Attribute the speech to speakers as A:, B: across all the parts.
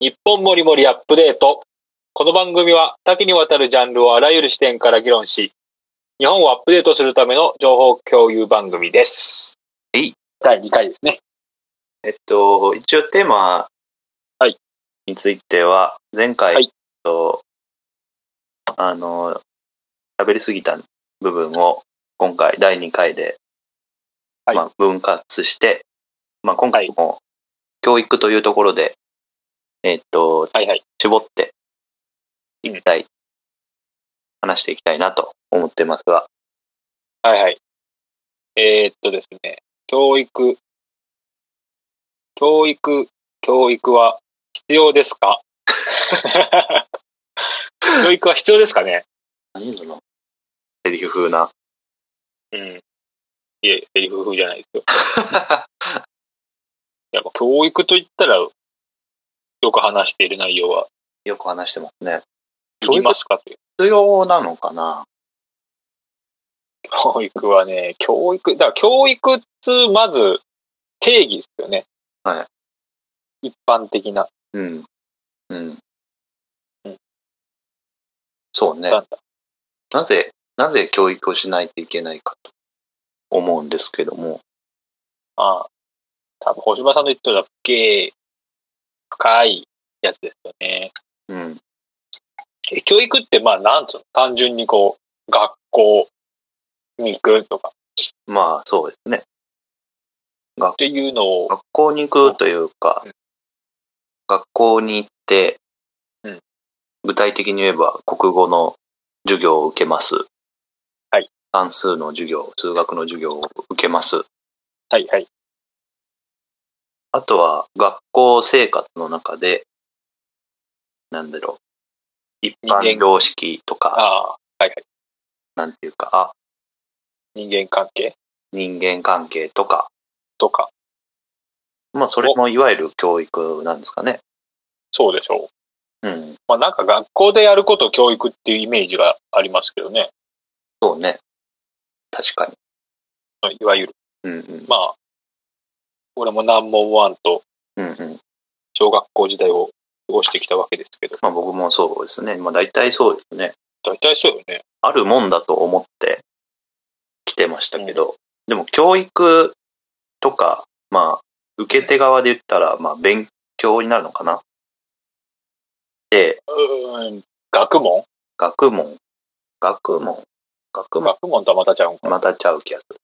A: 日本もりもりアップデート。この番組は多岐にわたるジャンルをあらゆる視点から議論し、日本をアップデートするための情報共有番組です。
B: えい
A: 第2回ですね。
B: えっと、一応テーマ
A: はい
B: については、前回、
A: はい
B: えっとあの、喋りすぎた部分を今回第2回で、
A: はい
B: まあ、分割して、まあ、今回も、教育というところで、えっと、
A: はいはい。
B: 絞っていきたい、話していきたいなと思ってますが、
A: はいはい。えー、っとですね、教育。教育、教育は必要ですか 教育は必要ですかね
B: 何だろうセリフ風な。
A: うん。いえ、セリフ風じゃないですよ。やっぱ教育といったら、よく話している内容は、
B: よく話してますね。
A: いりますかという。
B: 必要なのかな
A: 教育はね、教育、だから教育っつう、まず、定義ですよね。。
B: はい
A: 一般的な。
B: うん。うん
A: うん。
B: そうね
A: な。んだ
B: なぜ、なぜ教育をしないといけないかと思うんですけども。
A: ああ。多分、星葉さんの言ってたゲー、深いやつですよね。
B: うん。
A: え教育って、まあ、なんつうの単純にこう、学校に行くとかっ
B: まあ、そうですね。
A: ていうのを、
B: 学校に行くというか、
A: うん
B: 学校に行って、
A: うん
B: 具体的に言えば国語の授業を受けます。
A: はい。
B: 算数の授業、数学の授業を受けます。
A: はいはい。
B: あとは学校生活の中で、なんだろう、一般常識とか、
A: ああ、
B: なんていうか、あ、
A: 人間関係
B: 人間関係とか、
A: とか、
B: まあそれもいわゆる教育なんですかね。
A: そうでしょう。
B: うん。
A: まあなんか学校でやることを教育っていうイメージがありますけどね。
B: そうね。確かに。
A: いわゆる。
B: うんうん。
A: まあ、俺も難問ワンと
B: うんうん。
A: 小学校時代を過ごしてきたわけですけど、
B: まあ僕もそうですね。まあ大体そうですね。
A: 大体そうよね。
B: あるもんだと思って来てましたけど、でも教育とか、まあ、受け手側で言ったら、まあ、勉強になるのかな。で、
A: うーん、学問
B: 学問、学問、学問、
A: 学問とはまたちゃうんかな。
B: またちゃう気がする。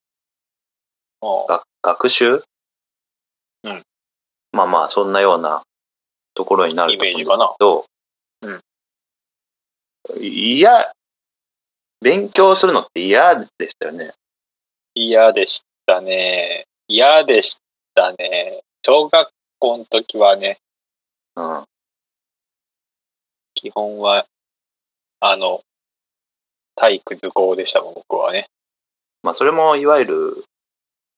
A: ああ
B: 学学習
A: うん。
B: まあまあ、そんなようなところになる
A: イ
B: と
A: メー
B: 思うん
A: ジ
B: です
A: かな。
B: けど、いや、勉強するのって嫌でしたよね。
A: 嫌でしたね。嫌でしたね。小学校の時はね、
B: うん。
A: 基本は、あの、体育図工でしたもん、僕はね。
B: まあ、それもいわゆる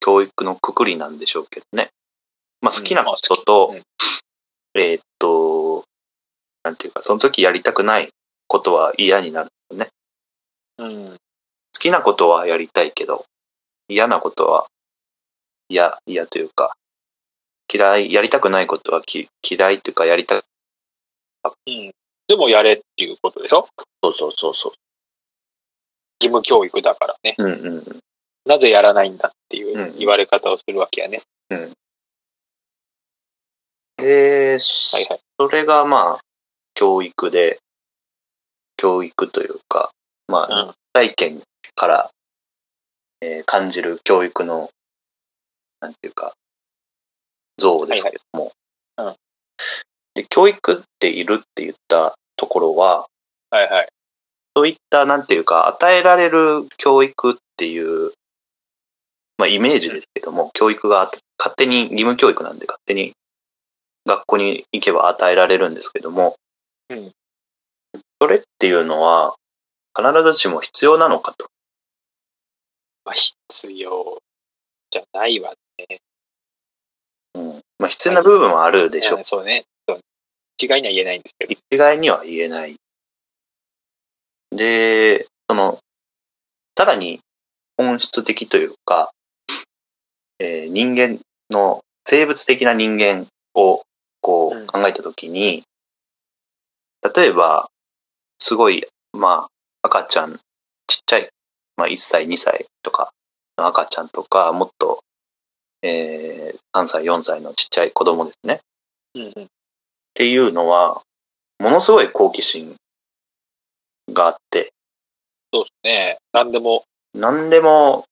B: 教育のくくりなんでしょうけどね。まあ、好きなこと
A: う
B: と
A: んまあ、
B: えーっと、なんていうか、その時やりたくないことは嫌になる。
A: うん。
B: 好きなことはやりたいけど、嫌なことは嫌、嫌というか、嫌い、やりたくないことはき嫌いというか、やりたく、
A: うん。でもやれっていうことでしょ
B: そうそうそうそ
A: 義務教育だからね。
B: う。うんうんうん。
A: なぜやらないんだっていううん言われ方をするわけやね。
B: で、
A: はいはい。
B: それがまあ、教育で、教育というか、まあ、
A: うん
B: 体験から、えー感じる教育の、なんていうか、像ですけども、
A: はいはいうん
B: で。教育っているって言ったところは、
A: はいはい。
B: そういった、なんていうか、与えられる教育っていう、まあ、イメージですけども、教育が勝手に、義務教育なんで勝手に学校に行けば与えられるんですけども、
A: うん
B: それっていうのは、必ずしも必要なのかと。
A: まあ、必要じゃないわね。
B: うんまあ、必要な部分はあるでしょう
A: うんそうね。そう一概には言えないんですけど。
B: 一概には言えない。で、その、さらに本質的というか、えー人間の生物的な人間をこ
A: うん
B: う考えた時に、例えば、すごい、まあ、赤ちゃん、ちっちゃい、まあ、1歳、2歳とかの赤ちゃんとか、もっと、えー3歳、4歳のちっちゃい子供ですね。
A: うんうん
B: っていうのは、ものすごい好奇心があって、
A: そうですね。何でも。
B: 何でも、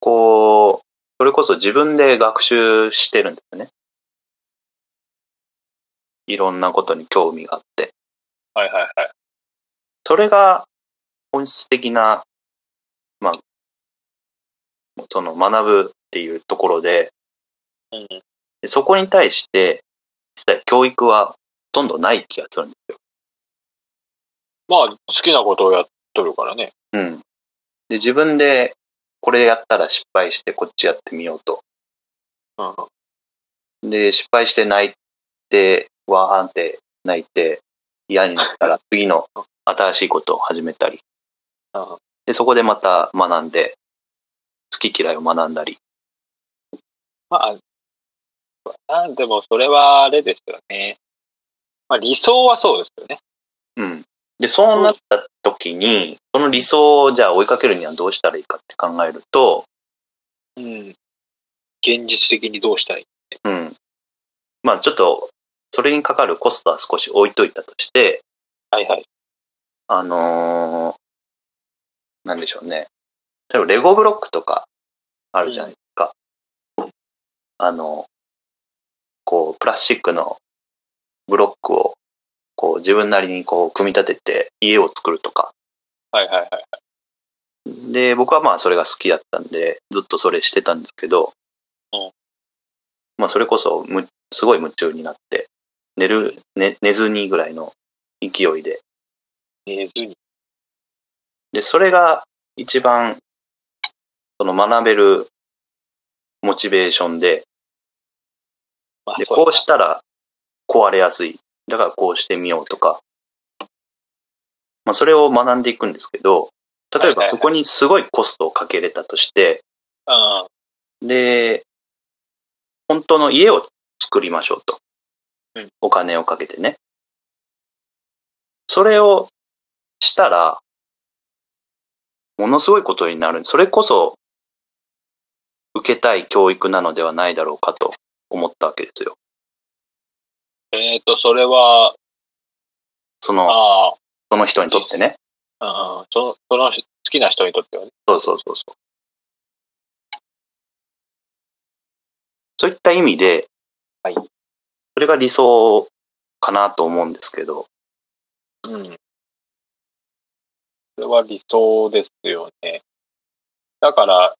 B: こう、それこそ自分で学習してるんですよね。いろんなことに興味があって。
A: はいはいはい。
B: それが本質的な、まあ、その学ぶっていうところで、
A: うんうん、
B: でそこに対して、実際教育はほとんどない気がするんですよ。
A: まあ、好きなことをやっとるからね。
B: うん。で、自分でこれやったら失敗してこっちやってみようと
A: うんうん。
B: で、失敗して泣いて、わーんって泣いて、嫌になったら次の新しいことを始めたり
A: うん。
B: で、そこでまた学んで、好き嫌いを学んだり。
A: まあ、あでもそれはあれですよね。まあ理想はそうですよね。
B: うん。で、そうなった時に、その理想をじゃあ追いかけるにはどうしたらいいかって考えると、
A: うん。現実的にどうしたい
B: うん。まあちょっと、それにかかるコストは少し置いといたとして、
A: はいはい。
B: あのーなんでしょうね。例えば、レゴブロックとか、あるじゃないですか。あの、こう、プラスチックのブロックを、こう、自分なりにこう、組み立てて、家を作るとか。
A: はいはいはい。
B: で、僕はまあ、それが好きだったんで、ずっとそれしてたんですけど、
A: うん
B: まあ、それこそむ、すごい夢中になって、寝る、寝寝ずにぐらいの勢いで
A: 寝ずに。
B: で、それが一番、その学べるモチベーションで、
A: まあ
B: で、
A: そだ
B: こうしたら壊れやすい。だからこうしてみようとか。まあ、それを学んでいくんですけど、例え
A: はいはいは
B: ば
A: い
B: そこにすごいコストをかけれたとして、
A: うん。
B: で、本当の家を作りましょうと
A: うん。
B: お金をかけてね。それをしたら、ものすごいことになる。それこそ、受けたい教育なのではないだろうかと思ったわけですよ。
A: えっ、と、それは、
B: その、
A: あ
B: その人にとってね。
A: あ、うん、その、その好きな人にとってはね。
B: そうそうそうそう。そういった意味で、
A: はい
B: それが理想かなと思うんですけど、
A: うん。それは理想ですよね。だから、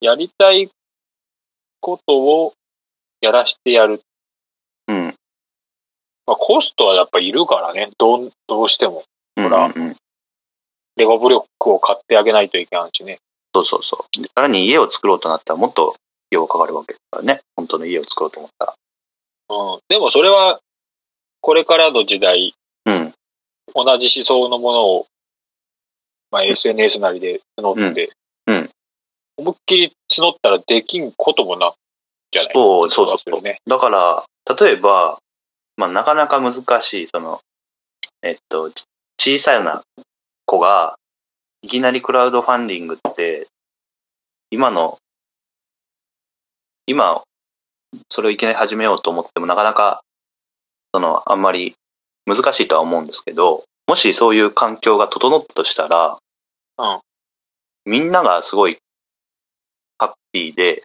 A: やりたいことをやらしてやる。
B: うん。
A: まあ、コストはやっぱいるからね。どう、どうしても。
B: ほ
A: ら
B: うんうん、
A: レゴブロックを買ってあげないといけないしね。
B: そうそうそう。でさらに家を作ろうとなったらもっと費用がかかるわけだからね。本当の家を作ろうと思った
A: うん。でもそれは、これからの時代、
B: ら。うん。
A: 同じ思想のものを、まあ、SNS なりで募って、
B: うんうん
A: 思いっきり募ったらできんこともな、じゃない
B: そうそうそう
A: ですよね。
B: だから、例えば、まあなかなか難しい、その、えっと、ち小さな子が、いきなりクラウドファンディングって、今の、今、それをいきなり始めようと思っても、なかなか、その、あんまり難しいとは思うんですけど、もしそういう環境が整ったとしたら、
A: うん
B: みんながすごい、ハッピーで、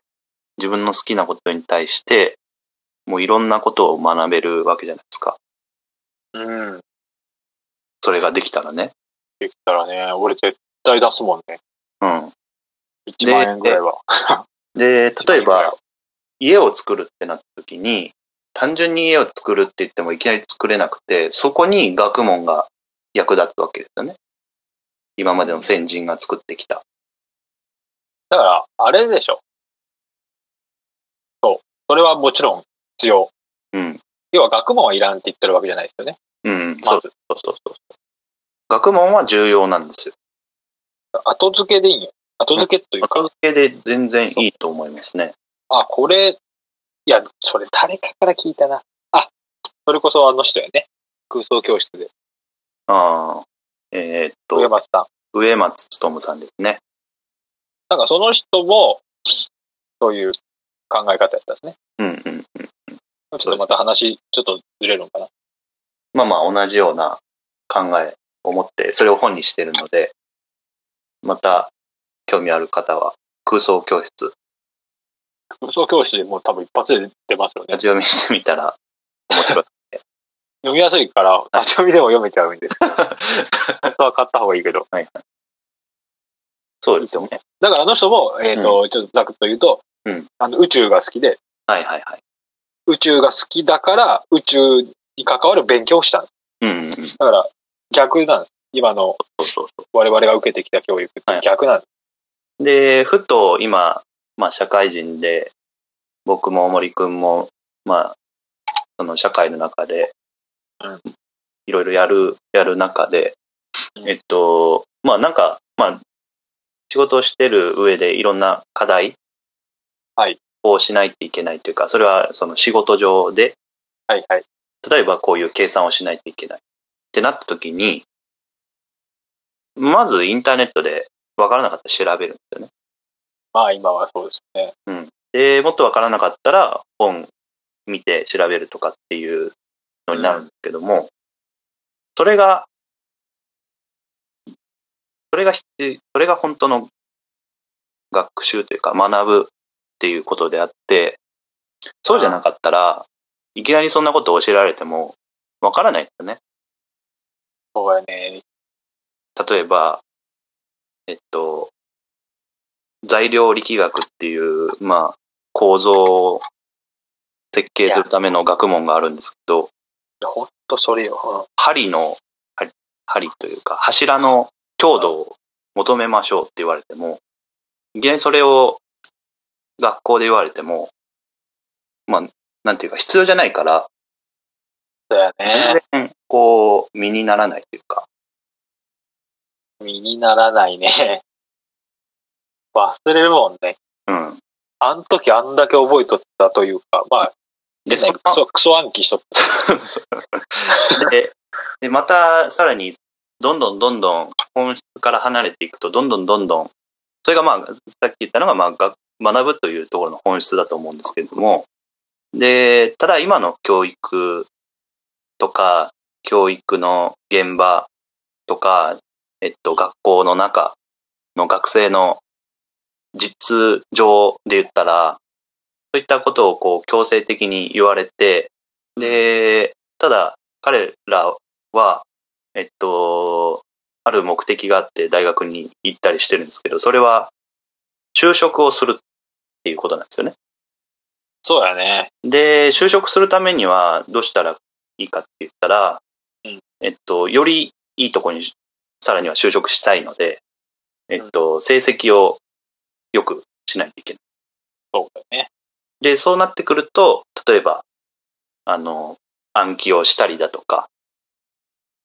B: 自分の好きなことに対して、もういろんなことを学べるわけじゃないですか。
A: うん。
B: それができたらね。
A: できたらね、俺絶対出すもんね。
B: うん。
A: 1万円ぐらいは。
B: で、例え
A: 1万円
B: ば、家を作るってなった時に、単純に家を作るって言ってもいきなり作れなくて、そこに学問が役立つわけですよね。今までの先人が作ってきた。
A: だから、あれでしょ。そう。それはもちろん必要。
B: うん。
A: 要は学問はいらんって言ってるわけじゃないですよね。
B: うん。そ
A: ま
B: う
A: ず、
B: そうそうそう。学問は重要なんですよ。
A: 後付けでいいよ。後付けというか
B: 後、付けで全然いいと思いますね。
A: あ、これ、いや、それ誰かから聞いたな。あ、それこそあの人やね。空想教室で。
B: ああ、えーっと、
A: 上
B: 上松
A: 松さん。
B: 勉さんですね。
A: なんかその人も、そういう考え方やったんですね。
B: うんうん。
A: ちょっとまた話、ちょっとずれるのかな。
B: まあまあ同じような考えを持って、それを本にしてるので、また興味ある方は空想教室、
A: 空想教室でもう多分一発で出ますよね
B: 立ち。読みしてみたら面白い。
A: 読みやすいから、立ち読みでも読めちゃ うんですけど。本当は買った方がいいけど。
B: そうですよね。
A: だからあの人も、えっ、と、ちょっとざくっと言うと、
B: うん
A: あの宇宙が好きで、
B: はいはいはい。
A: 宇宙が好きだから、宇宙に関わる勉強をしたんで
B: うんうんうん。
A: す。だから逆なんです。今の
B: そうそうそ
A: 我々が受けてきた教育って逆なんです。
B: う。で、ふと今、まあ社会人で、僕も森くんも、まあ、その社会の中で
A: うん、
B: いろいろやる、やる中で
A: う、ん
B: えっと、まあなんか、まあ、仕事をしてる上でいろんな課題
A: はい
B: をしないといけないというか、それはその仕事上で、
A: はいはい。
B: 例えばこういう計算をしないといけないってなった時に、まずインターネットで分からなかったら調べるんですよね。
A: まあ今はそうですね。
B: で、もっと分からなかったら本見て調べるとかっていうのになるんですけども、それが、それが必要、それが本当の学習というか学ぶっていうことであって、そうじゃなかったらいきなりそんなことを教えられても分からないですよね。
A: そうやね。
B: 例えば、えっと、材料力学っていう、まあ、構造を設計するための学問があるんですけど、
A: いやほんとそれよ。
B: 針の、針針というか、柱の強度を求めましょうって言われても、いきなりそれを学校で言われても、まあ、なんていうか、必要じゃないから、
A: そうやね。
B: 全然、こう、身にならないというか、
A: 身にならないね。忘れるもんね。
B: うん。
A: あん時あんだけ覚えとったというか、まあ、
B: で、そ
A: ね
B: の
A: クソ、クソ暗記しとっ
B: で、でまたさらに、どんどんどんどん本質から離れていくと、どんどんどんどん、それがまあ、さっき言ったのが、まあが、学ぶというところの本質だと思うんですけれども、で、ただ今の教育とか、教育の現場とか、えっと、学校の中の学生の実情で言ったら、そういったことをこう強制的に言われて、で、ただ、彼らは、えっと、ある目的があって大学に行ったりしてるんですけど、それは就職をするっていうことなんですよね。
A: そうやね。
B: で、就職するためにはどうしたらいいかって言ったら、
A: うん
B: えっと、よりいいとこに、さらには就職したいので、えっと、成績を良くしないといけない。
A: そうだね。
B: で、そうなってくると、例えば、あの、暗記をしたりだとか、っ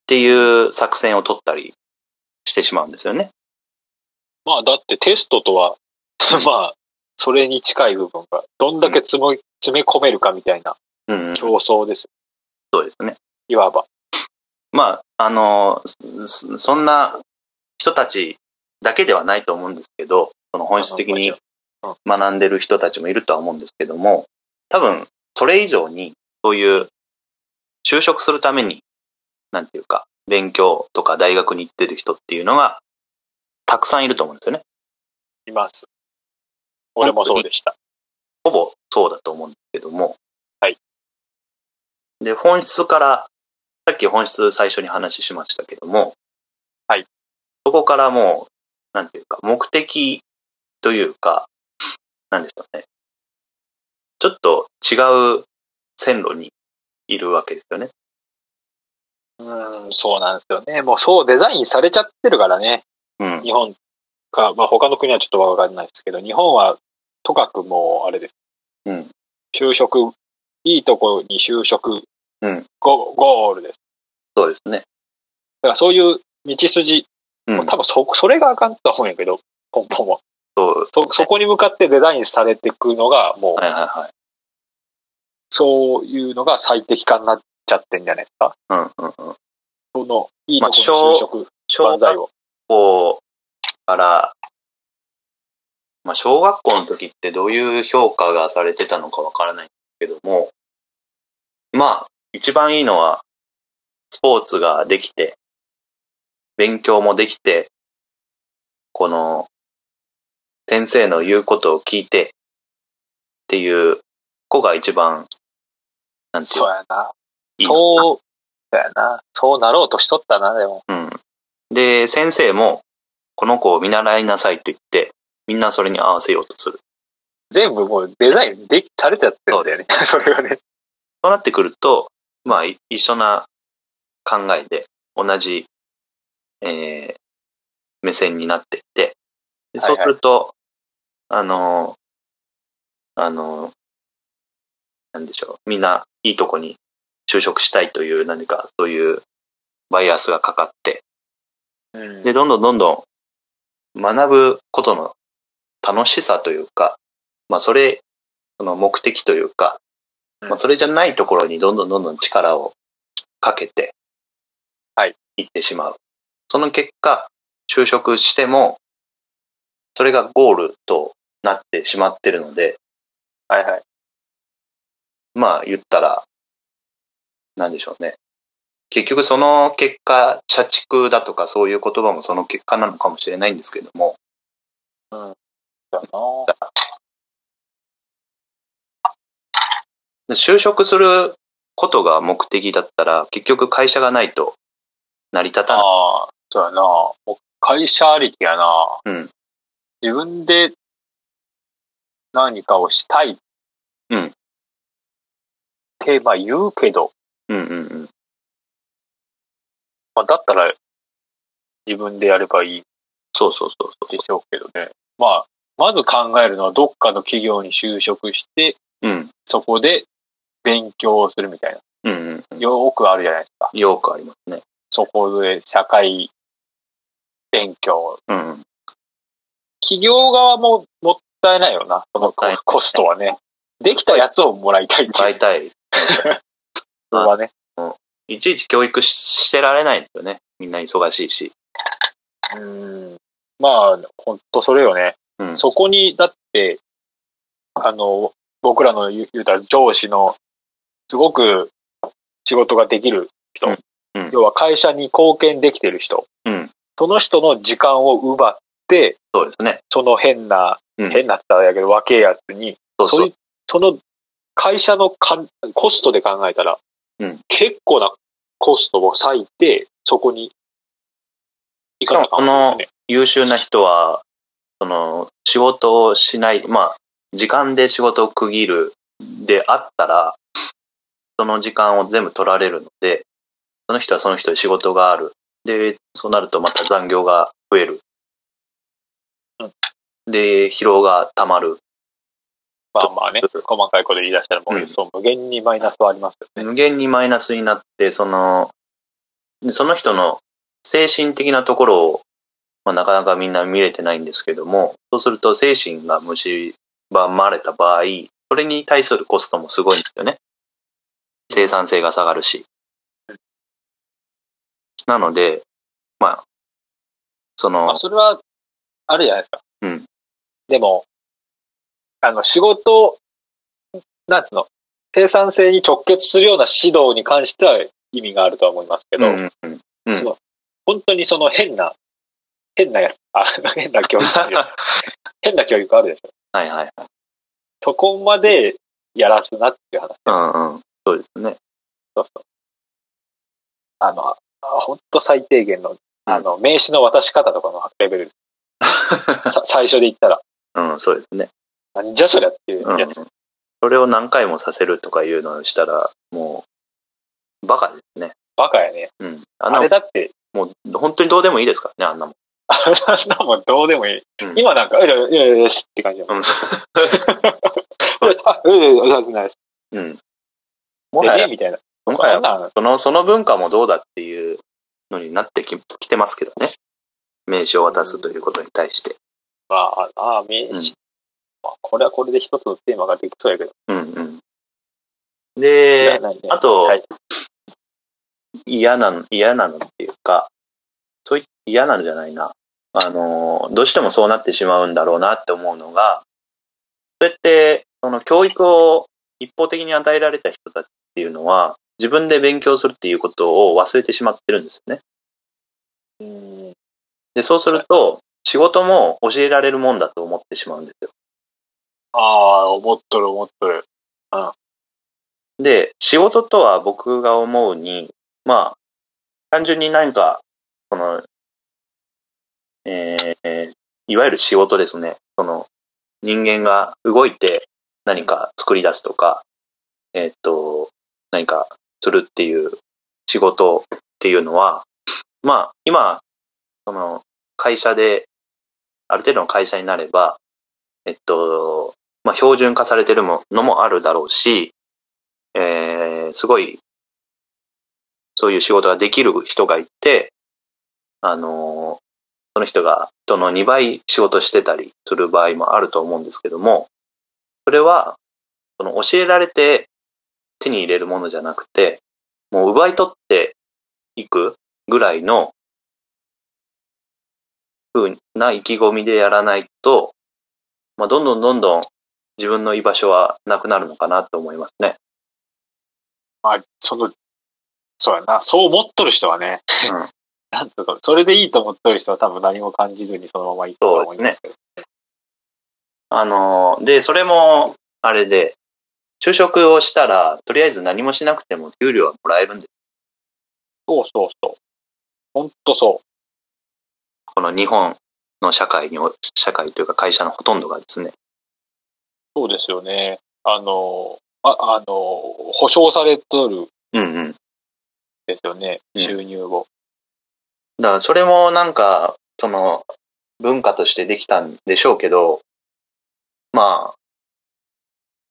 B: ていう作戦を取ったりしてしまうんですよね。
A: まあ、だってテストとは、 まあ、それに近い部分が、どんだけ詰め詰め込めるかみたいな
B: うん、
A: 競争ですよ。
B: そうですね。
A: いわば。
B: まあ、あの、そそんな人たちだけではないと思うんですけど、その本質的に
A: うん
B: 学んでる人たちもいるとは思うんですけども、多分、それ以上に、そういう、就職するために、なんていうか、勉強とか大学に行ってる人っていうのが、たくさんいると思うんですよね。
A: います。俺もそうでした。
B: ほぼそうだと思うんですけども。
A: はい。
B: で、本質から、さっき本質最初に話しましたけども、
A: はい。
B: そこからもう、なんていうか、目的というか、なんでしょうね。ちょっと違う線路にいるわけですよね。
A: うん、そうなんですよね。もうそうデザインされちゃってるからね。
B: うん。
A: 日本か、まあ他の国はちょっとわかんないですけど、日本はとかくもうあれです。
B: うん
A: 就職、いいとこに就職、
B: うん
A: ゴゴールです。
B: そうです
A: だ
B: ね。
A: からそういう道筋、
B: うん。
A: 多分そ、それがあかんと思うんやけど、根本は。
B: そう
A: そ、そこに向かってデザインされていくのが、もう、
B: はいはいはい。
A: そういうのが最適化になっちゃってんじゃないですか。
B: うんうんうん。
A: その、いいと
B: まあ
A: この就職、
B: 小
A: 万歳
B: 学
A: を。
B: 校から、まあ、小学校の時ってどういう評価がされてたのかわからないけども、まあ、一番いいのは、スポーツができて、勉強もできて、この、先生の言うことを聞いて、っていう子が一番、なんていう
A: そう
B: の
A: やな。
B: いいのかな
A: そう、そうやな。そうなろうとしとったな、でも。
B: うん。で、先生も、この子を見習いなさいと言って、みんなそれに合わせようとする。
A: 全部もうデザインでき、されてやってんだよね。 それがね。
B: そうなってくると、まあ、い一緒な考えで、同じ、えー目線になっていて、でそうすると、あの、あの、なんでしょう、みんないいとこに就職したいという、何かそういうバイアスがかかって、
A: うん
B: で、どんどんどんどん学ぶことの楽しさというか、まあそれ、その目的というか、まあそれじゃないところにどんどんどんどん力をかけて、
A: はい。
B: 行ってしまう。その結果、就職しても、それがゴールとなってしまってるので、
A: はいはい。
B: まあ言ったら、なんでしょうね。結局その結果、社畜だとかそういう言葉もその結果なのかもしれないんですけども、
A: そうやな。
B: で就職することが目的だったら、結局会社がないと成り立たない。
A: ああ、そうやな。もう会社ありきやな。
B: うん
A: 自分で何かをしたい。
B: うん
A: って、まあ言うけど、
B: うんうんうん。
A: まあだったら自分でやればいい
B: そうそうそうそ
A: で
B: う。
A: しょうけどね。まあ、まず考えるのはどっかの企業に就職して、
B: うん。
A: そこで勉強をするみたい
B: うんうんう
A: な。よくあるじゃないですか。
B: ん。よくありますね。
A: そこで社会勉強
B: うんうん。
A: 企業側ももったいないよな、このコ
B: もったいない
A: コストはね。できたやつをもらいたいってい
B: 大
A: う
B: 体、
A: のはね。
B: いちいち教育ししてられないんですよね。みんな忙しいし。
A: うん。まあ、ほんとそれよね。
B: うん
A: そこに、だって、あの、僕らの言う言うたら上司の、すごく仕事ができる人、
B: うんうん
A: 要は会社に貢献できてる人、
B: うん
A: その人の時間を奪って、
B: そうですね。
A: その変な、
B: うん
A: 変なって言ったらあれやけど、若えやつに
B: そう
A: そ
B: そう
A: いう、その会社のかんコストで考えたら、
B: うん
A: 結構なコストを割いて、そこに行かなあかんわけですね
B: 優秀な人は、その、仕事をしない、まあ、時間で仕事を区切るであったら、その時間を全部取られるので、その人はその人で仕事がある。で、そうなるとまた残業が増える
A: う。
B: で、疲労が溜まる。
A: まあまあね、細かいこと言い出したらもう、
B: うん
A: そう無限にマイナスはありますよね。
B: 無限にマイナスになって、その、その人の精神的なところを、まあ、なかなかみんな見れてないんですけども、そうすると精神が蝕まれた場合、それに対するコストもすごいんですよね。生産性が下がるし。なので、まあ、そ
A: まあ
B: の、
A: それは、あるじゃないですか。
B: うん
A: でも、あの、仕事、なんつうの、生産性に直結するような指導に関しては意味があるとは思いますけ
B: う
A: ど、
B: んうん うん
A: その本当にその変な、変なやつ、あ、変な教育っていう 変な教育あるでしょ。
B: はいはい。
A: そこまでやらすなっていう話。
B: うんうん。そうですね。
A: そうそう。あの、本当最低限の、あの、名刺の渡し方とかのレベルです。さ最初で言ったら、
B: うん、そうですね。
A: なんじゃそりゃっていう
B: うん
A: やつ。
B: それを何回もさせるとかいうのをしたら、もう、バカですね。
A: バカやね。
B: うん。あん
A: あ
B: な
A: れ
B: も
A: だって、
B: もう、本当にどうでもいいですからね、あんなもん。
A: あんなもんどうでもいい。
B: うん
A: 今なんか、いやいやいやいやすって感じだもん。
B: うん。
A: あ、いやいやいやいやないです。
B: うん。も
A: も
B: は
A: は
B: や
A: や、、みたいな。
B: も
A: そ
B: はや
A: ん、なん
B: その、その文化もどうだっていうのになってききてますけどね。名刺を渡すということに対して。
A: まあ、ああ、名刺。
B: うん
A: まあこれはこれで一つのテーマができそうやけど。
B: うんうん。で、
A: ないね
B: あと
A: はい
B: 嫌なの、嫌なのっていうか、そうい嫌なんじゃないな。あのー、どうしてもそうなってしまうんだろうなって思うのが、そうやって、その教育を一方的に与えられた人たちっていうのは、自分で勉強するっていうことを忘れてしまってるんですよね。
A: うん。
B: で、そうすると、仕事も教えられるもんだと思ってしまうんですよ。
A: ああ、思っとる思っとる。
B: で、仕事とは僕が思うに、まあ、単純に何か、その、えーいわゆる仕事ですね。その、人間が動いて何か作り出すとか、えーっと、何かするっていう仕事っていうのは、まあ、今、その、会社で、ある程度の会社になれば、えっと、まあ、標準化されてるものもあるだろうし、えーすごい、そういう仕事ができる人がいて、あのーその人が人の2倍仕事してたりする場合もあると思うんですけども、それは、その教えられて手に入れるものじゃなくて、もう奪い取っていくぐらいの、ふうな意気込みでやらないと、まあ、どんどんどんどん自分の居場所はなくなるのかなと思いますね。
A: まあ、その、そうやな、そう思っとる人はね、
B: うん
A: なんとか、それでいいと思っとる人は多分何も感じずにそのまま行くと思いますけど。
B: あの、で、それも、あれで、就職をしたら、とりあえず何もしなくても給料はもらえるんです。
A: そうそうそう。ほんとそ
B: この日本の社会にお、社会というか会社のほとんどがですね。
A: う。そうですよね。あの、ああの、保証されとるん
B: うんうん。
A: ですよね、
B: うん
A: 収入を。
B: だからそれもなんか、その、文化としてできたんでしょうけど、ま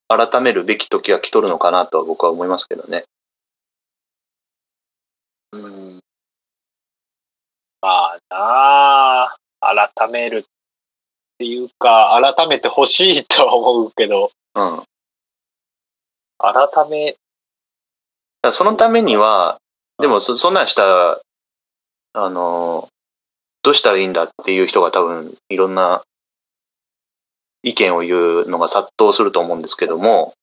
B: あ、改めるべき時が来とるのかなとは僕は思いますけどね。
A: うん。まあなあ、改めるっていうか、改めて欲しいとは思うけど、
B: うん。
A: 改め、
B: だからそのためには、でもそそんなんしたら、あの、どうしたらいいんだっていう人が多分いろんな意見を言うのが殺到すると思うんですけども、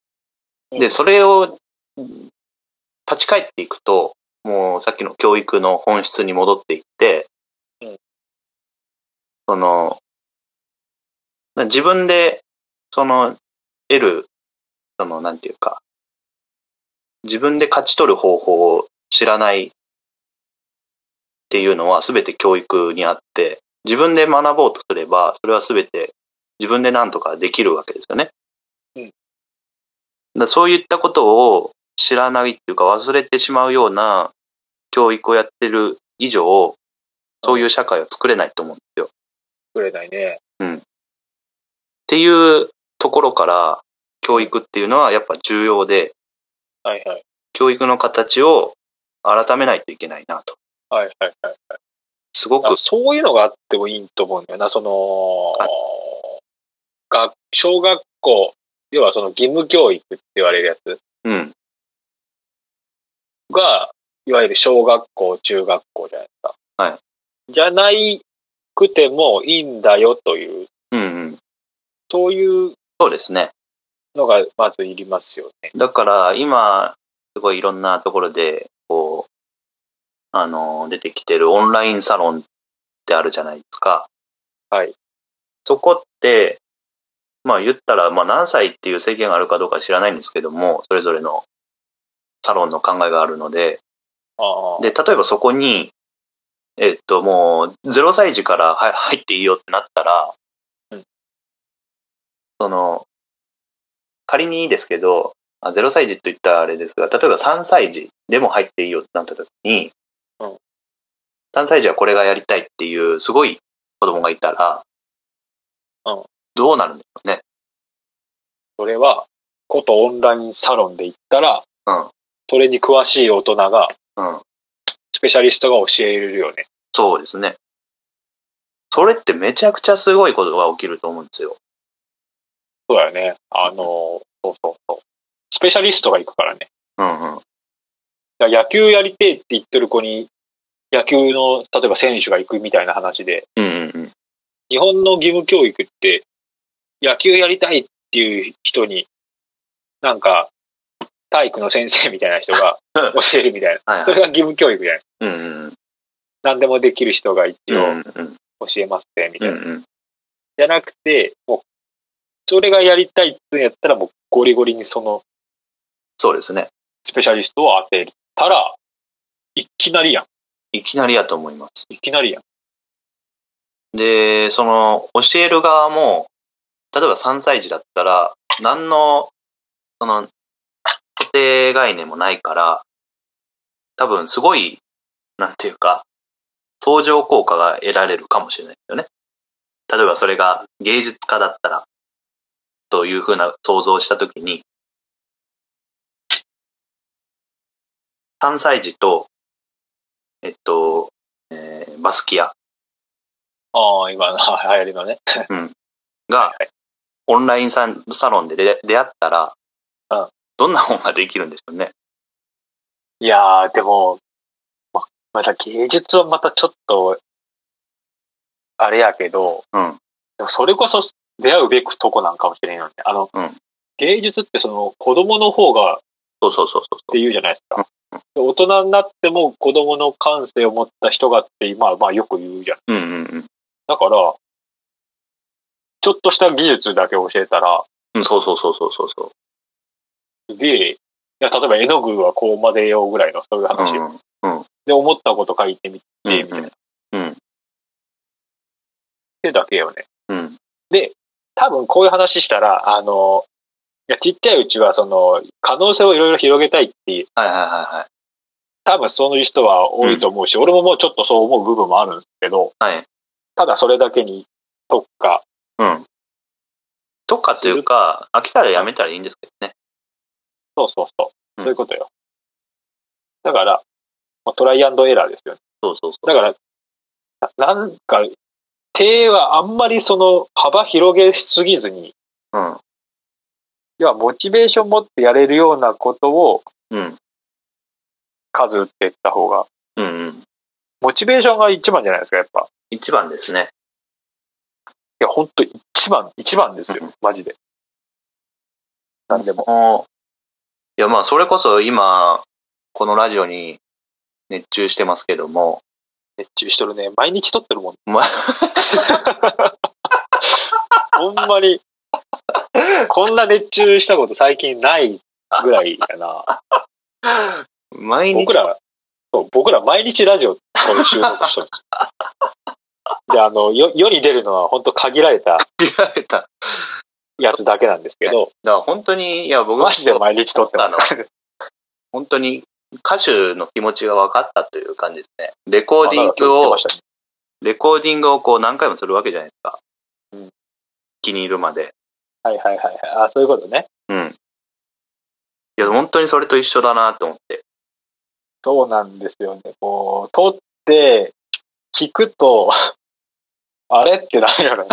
B: で、それを立ち返っていくと、もうさっきの教育の本質に戻っていって
A: うん、
B: その、自分で、その、得る、その、なんていうか、自分で勝ち取る方法を知らないっていうのは全て教育にあって、自分で学ぼうとすれば、それは全て自分で何とかできるわけですよね。
A: うん
B: だからそういったことを知らないっていうか忘れてしまうような教育をやってる以上、そういう社会は作れないと思うんですよ。
A: くれないね。
B: っていうところから、教育っていうのはやっぱ重要で、
A: はいはい。
B: 教育の形を改めないといけないなと。
A: はいはいはい。
B: すごく
A: あ、そういうのがあってもいいと思うんだよな、その
B: は、
A: 学小学校、要はその義務教育って言われるやつ
B: うん、
A: が、いわゆる小学校、中学校じゃないですか。
B: は
A: じゃないくてもいいんだよという、
B: うん、うん。
A: そういう
B: そうですね。
A: のがまずいりますよね。
B: だから今、すごいいろんなところで、こう、あの、出てきてるオンラインサロンってあるじゃないですか。
A: はい。
B: そこって、まあ言ったら、まあ何歳っていう制限があるかどうか知らないんですけども、それぞれのサロンの考えがあるので、
A: ああ
B: で、例えばそこに、えっと、もう、0歳児からは入っていいよってなったら、
A: うん
B: その、仮にいいですけど、あ0歳児といったらあれですが、例えば3歳児でも入っていいよってなった時に、
A: うん
B: 3歳児はこれがやりたいっていう、すごい子供がいたら、
A: うん
B: どうなるんでしょうね。
A: それは、ことオンラインサロンで行ったら、
B: うん
A: それに詳しい大人が、
B: うん。
A: スペシャリストが教えるよね。
B: そうですね。それってめちゃくちゃすごいことが起きると思うんですよ。
A: そうだよね。あの、そうそうそう。スペシャリストが行くからね。
B: うん
A: だ
B: うん。
A: から野球やりてえって言ってる子に、野球の、例えば選手が行くみたいな話で、
B: うんうんうん。
A: 日本の義務教育って、野球やりたいっていう人に、なんか、体育の先生みたいな人が教えるみたい
B: はいは
A: な。
B: い
A: それが義務教育じゃない。
B: うんうん
A: 何でもできる人が一
B: うん。うん
A: 応
B: うん
A: 教えますね、みた
B: う
A: いな。
B: ん
A: じゃなくて、もう、それがやりたいってやったら、もうゴリゴリにその
B: そうですね。
A: スペシャリストを当てたら、いきなりやん。
B: いきなりやと思います。
A: いきなりやん。
B: で、その、教える側も、例えば3歳児だったら、何の、その、固定概念もないから、多分すごい、なんていうか、相乗効果が得られるかもしれないですよね。例えばそれが芸術家だったら、というふうな想像をしたときに、3歳児と、えっと、えーバスキア
A: ああ、今の 流行りのね。
B: が、オンラインササロンで出出会ったら、
A: うん
B: どんな本ができるんでしょうね。
A: いやー、でも、ま、また芸術はまたちょっと、あれやけど、
B: うん
A: でもそれこそ出会うべくとこなんかもしれんよね。あの、
B: うん
A: 芸術ってその子供の方がっ
B: そうそうそうそう
A: て言うじゃないですか。で大人になっても子供の感性を持った人がって、まあまあよく言うじゃん。
B: そう。うんうんうん
A: だから、ちょっとした技術だけ教えたら、
B: うん。そうそうそうそうそうそ
A: すげえ、いや例えば絵の具はこうまでようぐらいのそういう
B: う。う
A: 話、
B: んうん
A: で思ったこと書いてみて、
B: うん
A: みたいな。
B: うん
A: ってだけよね。
B: うん
A: 多分こういう話したら、あの、いや、ちっちゃいうちは、その、可能性をいろいろ広げたいって、
B: はいはいは
A: 多分そういう人は多いと思うし、俺ももうちょっとそう思う部分もあるんですけど、
B: いはい。はい。
A: ただそれだけに特化。
B: うん。とかというか、飽きたらやめたらいいんですけどね。
A: そうそうそうう。
B: ん
A: そういうことよ。だから、まあトライアンドエラーですよね。
B: そうそうそう。
A: だから、ななんか、手はあんまりその幅広げすぎずに、
B: うん。
A: 要はモチベーション持ってやれるようなことを
B: うん。
A: 数打っていった方が、
B: うんうん。
A: モチベーションが一番じゃないですか、やっぱ。
B: 一番ですね。
A: いや、本当一番、一番です
B: う
A: よ、マジで。なんでも。
B: もういやまあ、それこそ今、このラジオに熱中してますけども、
A: 熱中しとるね。毎日撮ってるもん。
B: ま
A: ほんまに、こんな熱中したこと最近ないぐらいやな。
B: 毎日
A: 僕ら、そう僕ら毎日ラジオこれ収録し とるんですよ。で、あの、よ世に出るのは本当限られた
B: 見られた。だか
A: やつだけなん ですけど、
B: ら本当に、いや僕も
A: マジで毎日撮ってます。
B: 本当に歌手の気持ちが分かったという感じですね。レコーディン
A: 言
B: グ
A: って
B: を
A: ま、したね
B: レコーディングをこう何回もするわけじゃないですか。
A: うん
B: 気に入るまで。
A: はいはいはいはい。あ、そういうことね。
B: うん。いや、本当にそれと一緒だなと思って。
A: そうなんですよね。こう、撮って、聞くと、 あれってなるよね。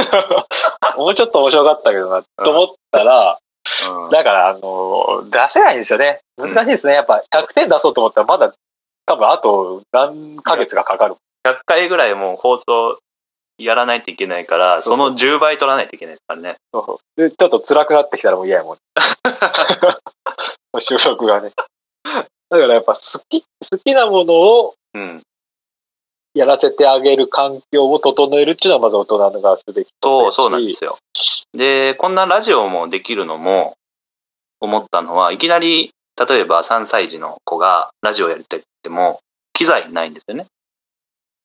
A: もうちょっと面白かったけどな、と思ったら、
B: うん
A: だから、あの、出せないんですよね。難しいですね。やっぱ、100点出そうと思ったら、まだ、多分あと何ヶ月がかかる。
B: 100回ぐらいもう放送やらないといけないから、
A: そう
B: そ
A: そう
B: の10倍取らないといけないですからね。
A: で、ちょっと辛くなってきたらもう嫌や もん。もう収録がね。だからやっぱ、好き、好きなものを
B: うん。
A: やらせてあげる環境を整えるっていうのは、まず大人がすべきことだし
B: そう、そうなんですよ。で、こんなラジオもできるのも、思ったのは、いきなり、例えば3歳児の子がラジオやりたいって言っても、機材ないんですよね。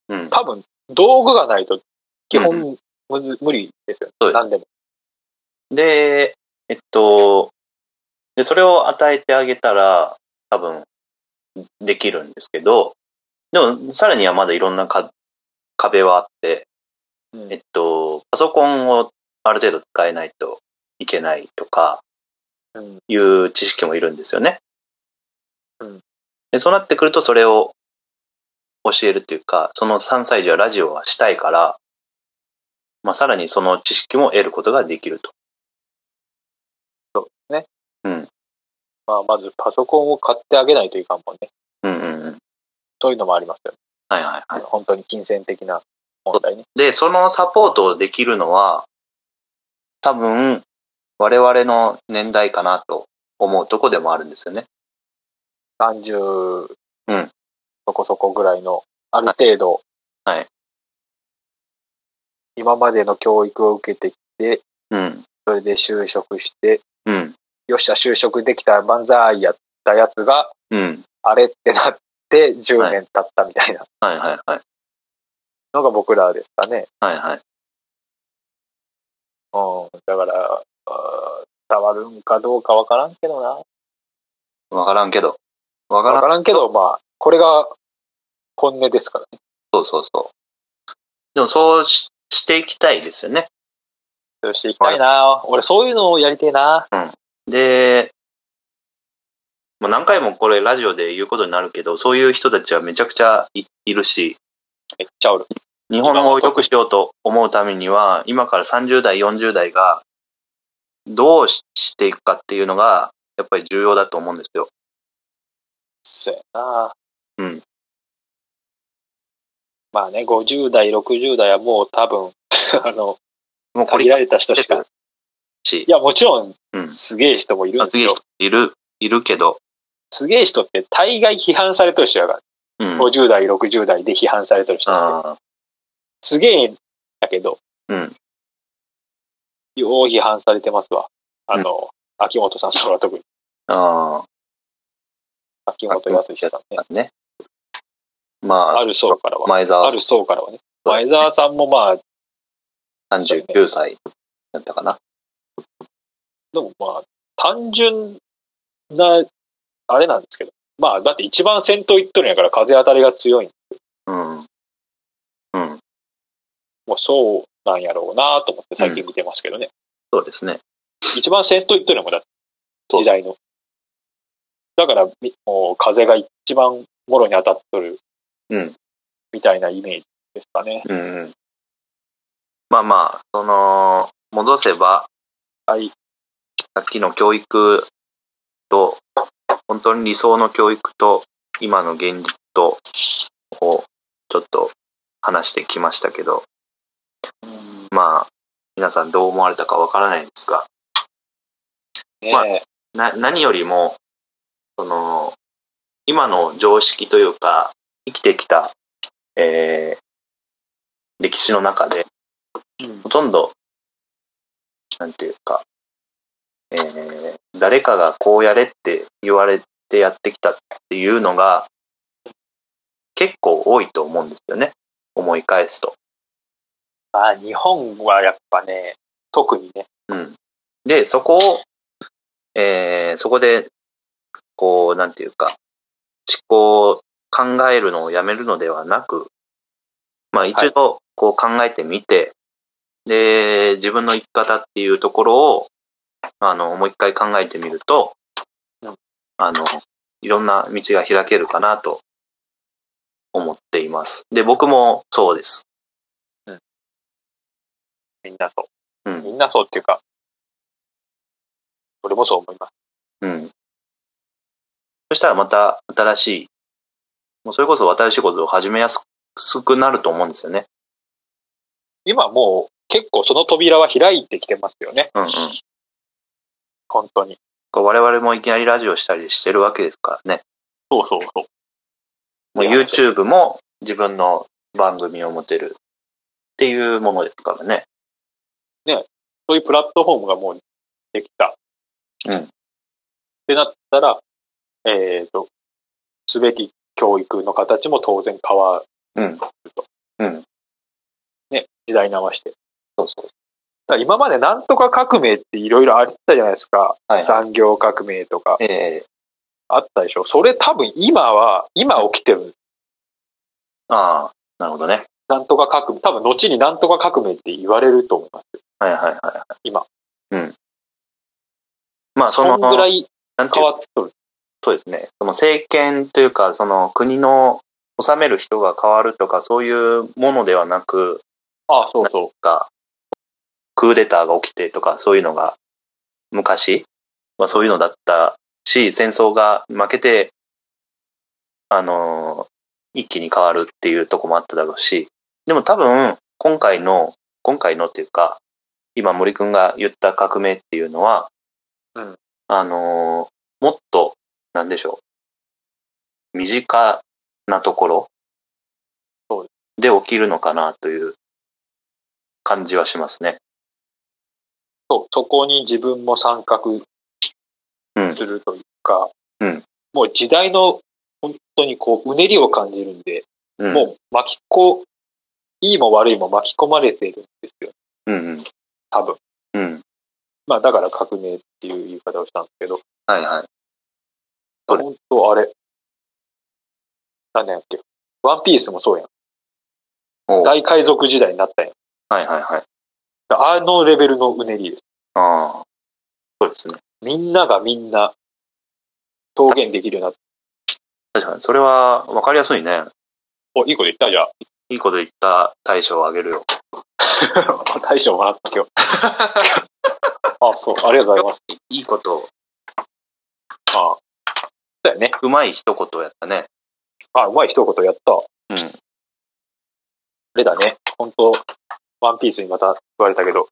B: うん。
A: 多分、道具がないと、基
B: う
A: 本むず、無理ですよね。
B: そうです
A: 何でも。
B: で、えっと、で、それを与えてあげたら、多分、できるんですけど、でも、さらにはまだいろんなか壁はあって、
A: うん
B: えっと、パソコンをある程度使えないといけないとか、
A: うん
B: いう知識もいるんですよね。
A: うん
B: でそうなってくると、それを教えるというか、その3歳児はラジオはしたいから、まあ、さらにその知識も得ることができると。
A: ね。
B: うん。
A: まあ、まずパソコンを買ってあげないといかんもんね。
B: うんうんうん。
A: そういうのもありますよ。
B: はいはいはい。
A: 本当に金銭的な問題ね。
B: で、そのサポートをできるのは、多分、我々の年代かなと思うとこでもあるんですよね。
A: 30、
B: うん
A: そこそこぐらいの、ある程度、
B: はいはい
A: 今までの教育を受けてきて、
B: うん。
A: それで就職して、
B: うん。
A: よっしゃ、就職できた万歳やったやつが、
B: うん。
A: あれってなって、10
B: はい
A: 年経ったみたいな
B: はいはいはい。
A: のが僕らですかね。
B: はいはい。
A: うん、だから、あー伝わるんかどうかわからんけどな。
B: わからんけど。わから
A: わ
B: ん
A: からんけど、まあ、これが本音ですからね。
B: そうそうそう。でもそうししていきたいですよね。
A: そうしていきたいな。俺、そういうのをやりてえな。
B: で、もう何回もこれラジオで言うことになるけど、そういう人たちはめちゃくちゃいいるし、
A: めっちゃおる。
B: 日本語を良くしようと思うためには、今から30代、40代がどうししていくかっていうのが、やっぱり重要だと思うんですよ。
A: そうやな。
B: うん。
A: まあね、50代、60代はもう多分、 あの、
B: もうこれ
A: 限られた人し
B: して
A: か
B: る。し
A: い、や、もちろん、
B: うん。
A: すげえ人もいるん
B: まあ
A: です
B: すげえ
A: よ
B: 人。いる、いるけど、
A: すげえ人って大概批判されてる人やから。
B: うん。
A: 50代、60代で批判されてる人って。
B: あ
A: すげえんだけど、
B: うん。
A: よう批判されてますわ。あの、秋元さんとか特に。
B: あ、あ
A: 秋元康さんね。
B: あ、ね。ま
A: あ
B: あ、
A: る層からは。
B: 前澤
A: ある層からはね。
B: そう
A: 前澤さんもまあ、
B: 39歳だったかな。
A: でもまあ、単純な、あれなんですけど。まあ、だって一番先頭行っとるんやから風当たりが強い。
B: うん。うん。
A: もうそうなんやろうなと思って最近見てますけどね。
B: そうですね。
A: 一番先頭行っとるのもんだって、
B: そう
A: 時代の。だから、みもう風が一番もろに当たっとる。
B: うん
A: みたいなイメージですかね。
B: うんうん。まあまあ、その、戻せば、
A: はい。
B: さっきの教育と、本当に理想の教育と、今の現実と、を、ちょっと話してきましたけど、
A: うん
B: まあ、皆さんどう思われたかわからないですが、
A: ねえ
B: まあな、何よりも、その、今の常識というか、生きてきた、えー、歴史の中で、
A: うん
B: ほとんど、なんていうか、えー誰かがこうやれって言われてやってきたっていうのが、結構多いと思うんですよね。思い返すと。
A: まあ、日本はやっぱね、特にね、
B: うん。で、そこを、えーそこで、こう、なんていうか、思考、考えるのをやめるのではなく、まあ一度、こう考えてみて、で、自分の生き方っていうところを、あの、もう一回考えてみると
A: うん、
B: あの、いろんな道が開けるかなと思っています。で、僕もそうです。
A: みんなそうう。み
B: ん。
A: んなそうっていうか、俺もそう思います。
B: うん。そしたらまた新しい、もうそれこそ新しいことを始めやすくなると思うんですよね。
A: 今もう結構その扉は開いてきてますよね、
B: うんうん。
A: 本当に。
B: 我々もいきなりラジオしたりしてるわけですからね。
A: そうそうそう。
B: もう YouTube も自分の番組を持てるっていうものですからね。
A: そういうプラットフォームがもうできた。
B: うん
A: ってなったら、えっ、と、すべき教育の形も当然変わ
B: うん。
A: ね、時代に合わせて。
B: そうそう。
A: だから今までなんとか革命っていろいろあったじゃないですか。
B: はいはい
A: 産業革命とか
B: ええ
A: あったでしょ。それ多分今は、今起きてる。
B: ああ、なるほどね。
A: なんとか革命、多分後になんとか革命って言われると思います。
B: はいはいはいはい。
A: 今。
B: うん。まあそ
A: そ
B: の、
A: のぐらい
B: なんてい
A: 変
B: う
A: わっとる。
B: そうですね。その政権というか、その国の治める人が変わるとか、そういうものではなく、
A: ああ、そうそう。
B: がクーデターが起きてとか、そういうのが、昔はそういうのだったし、戦争が負けて、あのー一気に変わるっていうとこもあっただろうし、でも多分、今回の、今回のっていうか、今森くんが言った革命っていうのは、
A: うん
B: あのーもっと、なんでしょう、身近なところ
A: そう
B: で起きるのかなという感じはしますね。
A: そう、そこに自分も参画
B: うん。
A: するというか、
B: うん
A: もう時代の本当にこう、うねりを感じるんで、
B: うん、
A: もう巻きこ、いいも悪いも巻き込まれてるんですよ、
B: うんうん。
A: 多分。
B: うん。
A: まあだから革命っていう言い方をしたんですけど、
B: はいはい。そう
A: 本当あれ、何年やっけ、ワンピースもそうやん。
B: おうはい
A: 大海賊時代になったやん。
B: はいはい。
A: あのレベルのうねりです。
B: ああ。そうですね。
A: みんながみんな表現できるようになって、
B: 確かに。それは分かりやすいね。
A: お、いいこと言ったじゃあ。
B: いいこと言った大賞をあげるよ。
A: 大将もらった今日。 あ、そう、ありがとうございます。
B: いいこと、
A: ああだよね。
B: うまい一言やったね。
A: あ、うまい一言やった。あ
B: うん。
A: れだね。本当ワンピースにまた言われたけど、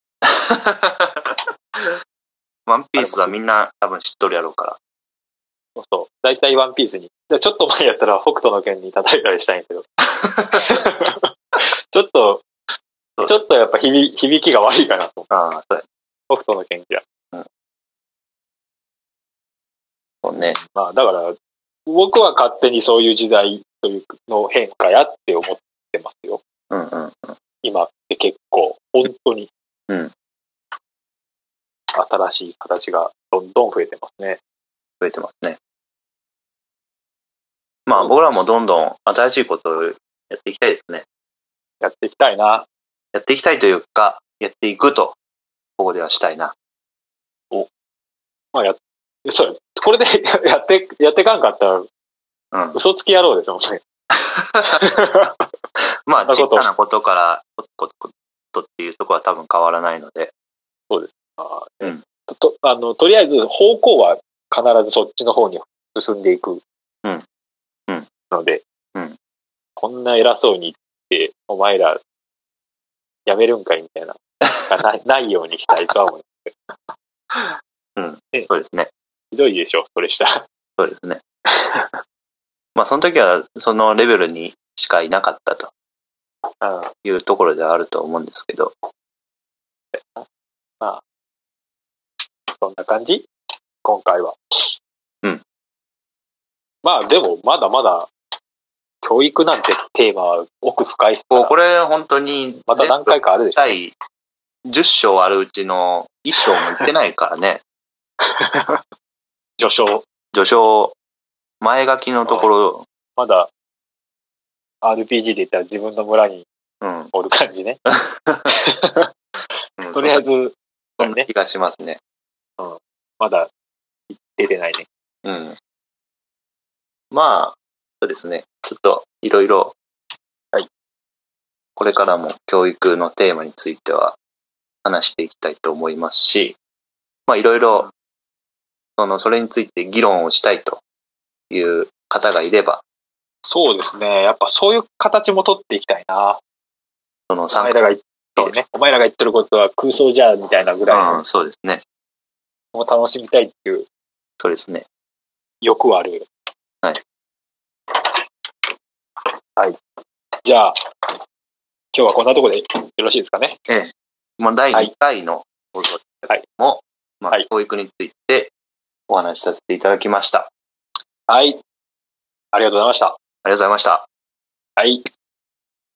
B: ワンピースはみんな多分知っとるやろうから。
A: そうそう。大体ワンピースに。でちょっと前やったら北斗の拳に叩いたりしたんやけど。 ちょっと、ちょっとやっぱ響響きが悪いかなと思う。
B: ああ、そうや。
A: 北斗の拳じゃ。
B: そうね。
A: まあだから、僕は勝手にそういう時代というの変化やって思ってますよ。
B: うんうん。
A: 今って結構、本当に。
B: うん
A: 新しい形がどんどん増えてますね。
B: 増えてますね。まあ僕らもどんどん新しいことをやっていきたいですね。
A: やっていきたいな。
B: やっていきたいというか、やっていくと、ここではしたいな。
A: まあや、そうよこれで やって、やってかんかったら、
B: うん。
A: 嘘つき野郎ですよ、 もうね
B: まあ、
A: そんな
B: 小
A: こと
B: さなことから、コツコツコツとっていうところは多分変わらないので。
A: あー
B: うん
A: ととあの、とりあえず方向は必ずそっちの方に進んでいく。
B: うんうん
A: ので、
B: うん
A: こんな偉そうに言って、お前ら、やめるんかいみたい な、がないないようにしたいとは思う。
B: そうですね。
A: ひどいでしょ、それしたら。
B: そうですね。 まあ、その時は、そのレベルにしかいなかったと
A: うん。
B: いうところではあると思うんですけど。
A: そんな感じ今回は。
B: うん。
A: まあでも、まだまだ、教育なんてテーマは奥深いっすか
B: こう
A: ら
B: これ、本当に、
A: また何回かあるでしょ。
B: 第10章あるうちの1章もいってないか らね。
A: 序章。
B: 序章、前書きのところ、
A: まだ、RPG で言ったら自分の村に
B: うん。
A: おる感 じね。
B: うん
A: とりあえ、
B: そん
A: ず、
B: なそんな
A: ね、
B: 気がしますね。
A: まだ、出てないね。
B: うん。まあ、そうですね。ちょっと、いろいろ、
A: はい。
B: これからも教育のテーマについては話していきたいと思いますし、まあ、いろいろ、その、それについて議論をしたいという方がいれば、
A: そうですね。やっぱそういう形も取っていきたいな。
B: その
A: お前ら
B: 参加、
A: が言ってるね。お前らが言ってることは空想じゃ、みたいなぐらい
B: うん
A: の
B: そうですね。
A: もう楽しみたいっていう
B: そうですね。
A: 欲はある。
B: はい。
A: はい。じゃあ、今日はこんなところでよろしいですかね。
B: まあ、第
A: は
B: 2
A: い
B: 回の放送でしたけども、まあ
A: はい、
B: 教育についてお話しさせていただきました。
A: はい。ありがとうございました。
B: ありがとうございました。
A: はい。